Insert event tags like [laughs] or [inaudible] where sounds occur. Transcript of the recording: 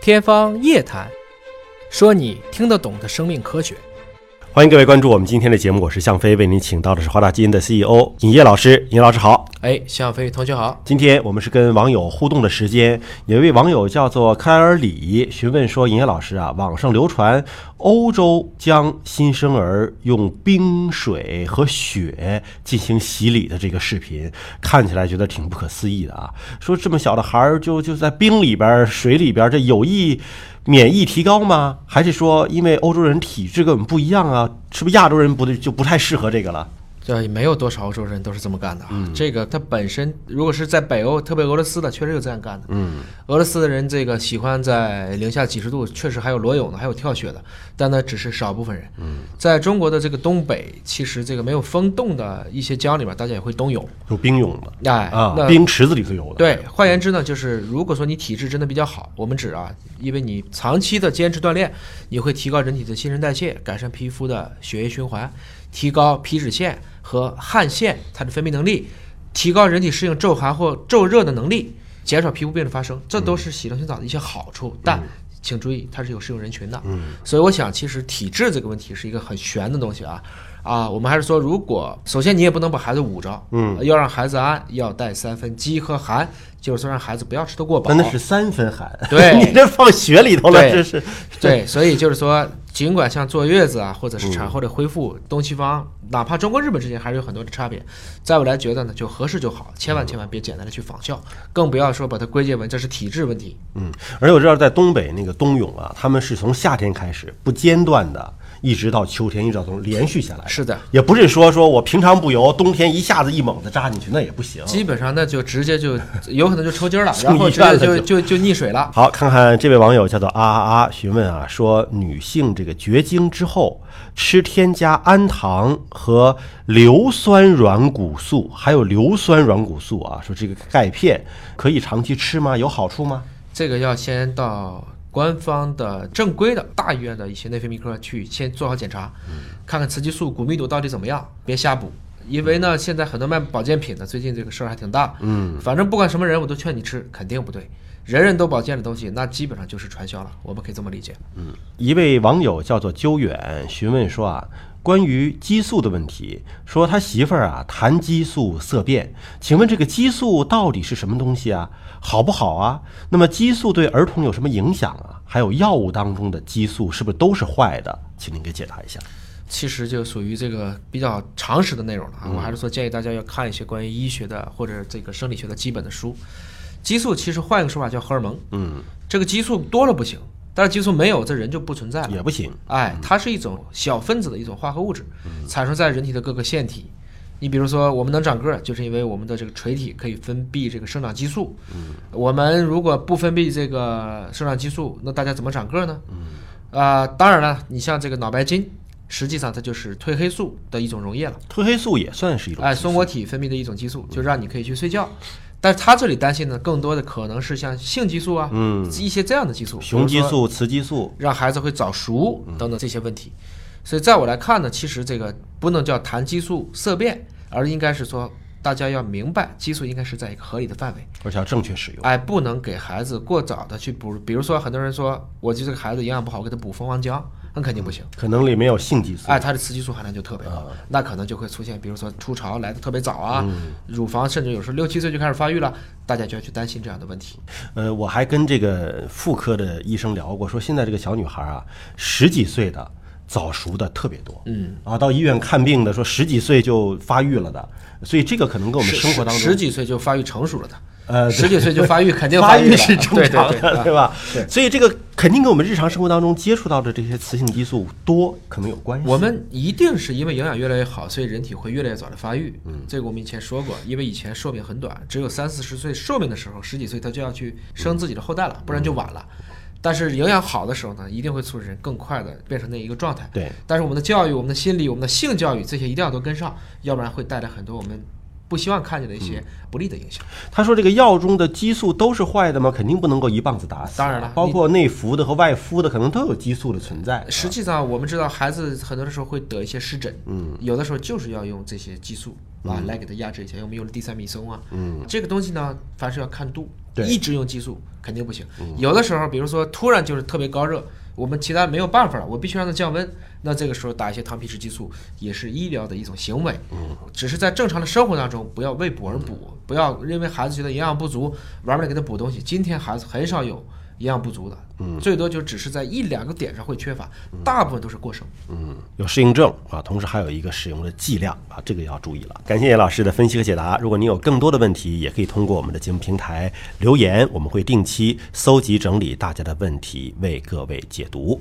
天方夜谭，说你听得懂的生命科学。欢迎各位关注我们今天的节目，我是向飞，为您请到的是华大基因的 CEO 尹烨老师。尹烨老师好，哎，向飞同学好，今天我们是跟网友互动的时间，有一位网友叫做开尔里询问说：“尹烨老师啊，网上流传欧洲将新生儿用冰水和血进行洗礼的这个视频，看起来觉得挺不可思议的啊。说这么小的孩儿就就在冰里边儿、水里边儿，这有益免疫提高吗？还是说因为欧洲人体质跟我们不一样啊？是不是亚洲人不对就不太适合这个了？”这没有多少欧洲人都是这么干的啊。这个它本身如果是在北欧，特别俄罗斯的，确实有这样干的。嗯，俄罗斯的人这个喜欢在零下几十度，确实还有裸泳的，还有跳雪的，但那只是少部分人。嗯，在中国的这个东北，其实这个没有风洞的一些江里面，大家也会冬泳。有冰泳的哎，啊那，冰池子里头有的。对，换言之呢，就是如果说你体质真的比较好，我们指啊，因为你长期的坚持锻炼，你会提高人体的新陈代谢，改善皮肤的血液循环，提高皮脂腺和汗腺它的分泌能力，提高人体适应骤寒或骤热的能力，减少皮肤病的发生，这都是洗冷泉澡的一些好处，但。请注意，它是有适用人群的，嗯，所以我想，其实体质这个问题是一个很玄的东西啊，啊，我们还是说，如果首先你也不能把孩子捂着，嗯，要让孩子安，要带三分饥和寒，就是说让孩子不要吃得过饱那，那是三分寒， [laughs] [laughs] 对你这放雪里头了，对这是对，所以就是说，尽管像坐月子啊，或者是产后的恢复，东西方哪怕中国、日本之间还是有很多的差别，在我来觉得呢，就合适就好，千万千万别简单的去仿效，更不要说把它归结为这是体质问题，嗯，而且我知道在东北那个冬泳啊，他们是从夏天开始不间断的，一直到秋天，一直到冬连续下来。是的，也不是说说我平常不游，冬天一下子一猛子扎进去，那也不行。基本上那就直接就有可能就抽筋儿 [laughs] 了，送然后医直院接了就就就就溺水了。好，看看这位网友叫做啊啊啊询问啊，说女性这个绝经之后吃添加氨糖和硫酸软骨素，还有硫酸软骨素啊，说这个钙片可以长期吃吗？有好处吗？这个要先到官方的正规的大医院的一些内分泌科去先做好检查，看看雌激素、骨密度到底怎么样，别瞎补。因为呢，现在很多卖保健品的，最近这个事儿还挺大。嗯，反正不管什么人，我都劝你吃，肯定不对。人人都保健的东西，那基本上就是传销了，我们可以这么理解。一位网友叫做鸠远询问说啊，关于激素的问题，说他媳妇儿啊谈激素色变，请问这个激素到底是什么东西啊？好不好啊？那么激素对儿童有什么影响啊？还有药物当中的激素是不是都是坏的？请您给解答一下。其实就属于这个比较常识的内容了啊。我还是说建议大家要看一些关于医学的或者这个生理学的基本的书。激素其实换一个说法叫荷尔蒙，嗯，这个激素多了不行，但是激素没有，这人就不存在了。也不行，哎，它是一种小分子的一种化合物质，嗯产生在人体的各个腺体。你比如说，我们能长个儿，就是因为我们的这个垂体可以分泌这个生长激素。嗯我们如果不分泌这个生长激素，那大家怎么长个儿呢？嗯啊、当然了，你像这个脑白金，实际上它就是褪黑素的一种溶液了。褪黑素也算是一种哎，激素嗯松果体分泌的一种激素，就让你可以去睡觉。但是它这里担心的更多的可能是像性激素啊，嗯，一些这样的激素，雄比如激说素、雌激素。让孩子会早熟嗯等等这些问题。所以在我来看呢，其实这个不能叫谈激素色变，而应该是说大家要明白，激素应该是在一个合理的范围，而且要正确使用，哎，不能给孩子过早的去补。比如说，很多人说，我就这个孩子营养不好，我给他补蜂王浆，那肯定不行。可能里面有性激素。哎，它的雌激素含量就特别高，啊那可能就会出现，比如说初潮来的特别早啊，嗯乳房甚至有时候六七岁就开始发育了，大家就要去担心这样的问题。呃，我还跟这个妇科的医生聊过，说现在这个小女孩啊，十几岁的早熟的特别多，嗯，啊，到医院看病的说十几岁就发育了的，所以这个可能跟我们十生活当十中。几岁就发育成熟了的，呃十几岁就发育肯定发育育了是正常的，对对对啊吧？所以这个肯定跟我们日常生活当中接触到的这些雌性激素多可能有关系。我们一定是因为营养越来越好，所以人体会越来越早的发育。嗯，这个我们以前说过，因为以前寿命很短，只有三四十岁寿命的时候，十几岁他就要去生自己的后代了，不然就晚了。但是营养好的时候呢，一定会促使人更快的变成那一个状态。对，但是我们的教育、我们的心理、我们的性教育这些一定要都跟上，要不然会带来很多我们不希望看见的一些不利的影响。他说这个药中的激素都是坏的吗？肯定不能够一棒子打死。当然了包括内服的和外敷的，可能都有激素的存在。实际上，我们知道孩子很多的时候会得一些湿疹，嗯，有的时候就是要用这些激素啊来给他压制一下。我们用了地塞米松啊，嗯，这个东西呢，凡是要看度，对一直用激素肯定不行。有的时候，比如说突然就是特别高热，我们其他没有办法了，我必须让它降温。那这个时候打一些糖皮质激素也是医疗的一种行为，嗯，只是在正常的生活当中不要为补而补，不要因为孩子觉得营养不足，玩命的给他补东西。今天孩子很少有营养不足的，嗯，最多就只是在一两个点上会缺乏，大部分都是过剩。嗯，有适应症啊，同时还有一个使用的剂量啊，这个要注意了。感谢叶老师的分析和解答。如果您有更多的问题，也可以通过我们的节目平台留言，我们会定期搜集整理大家的问题，为各位解读。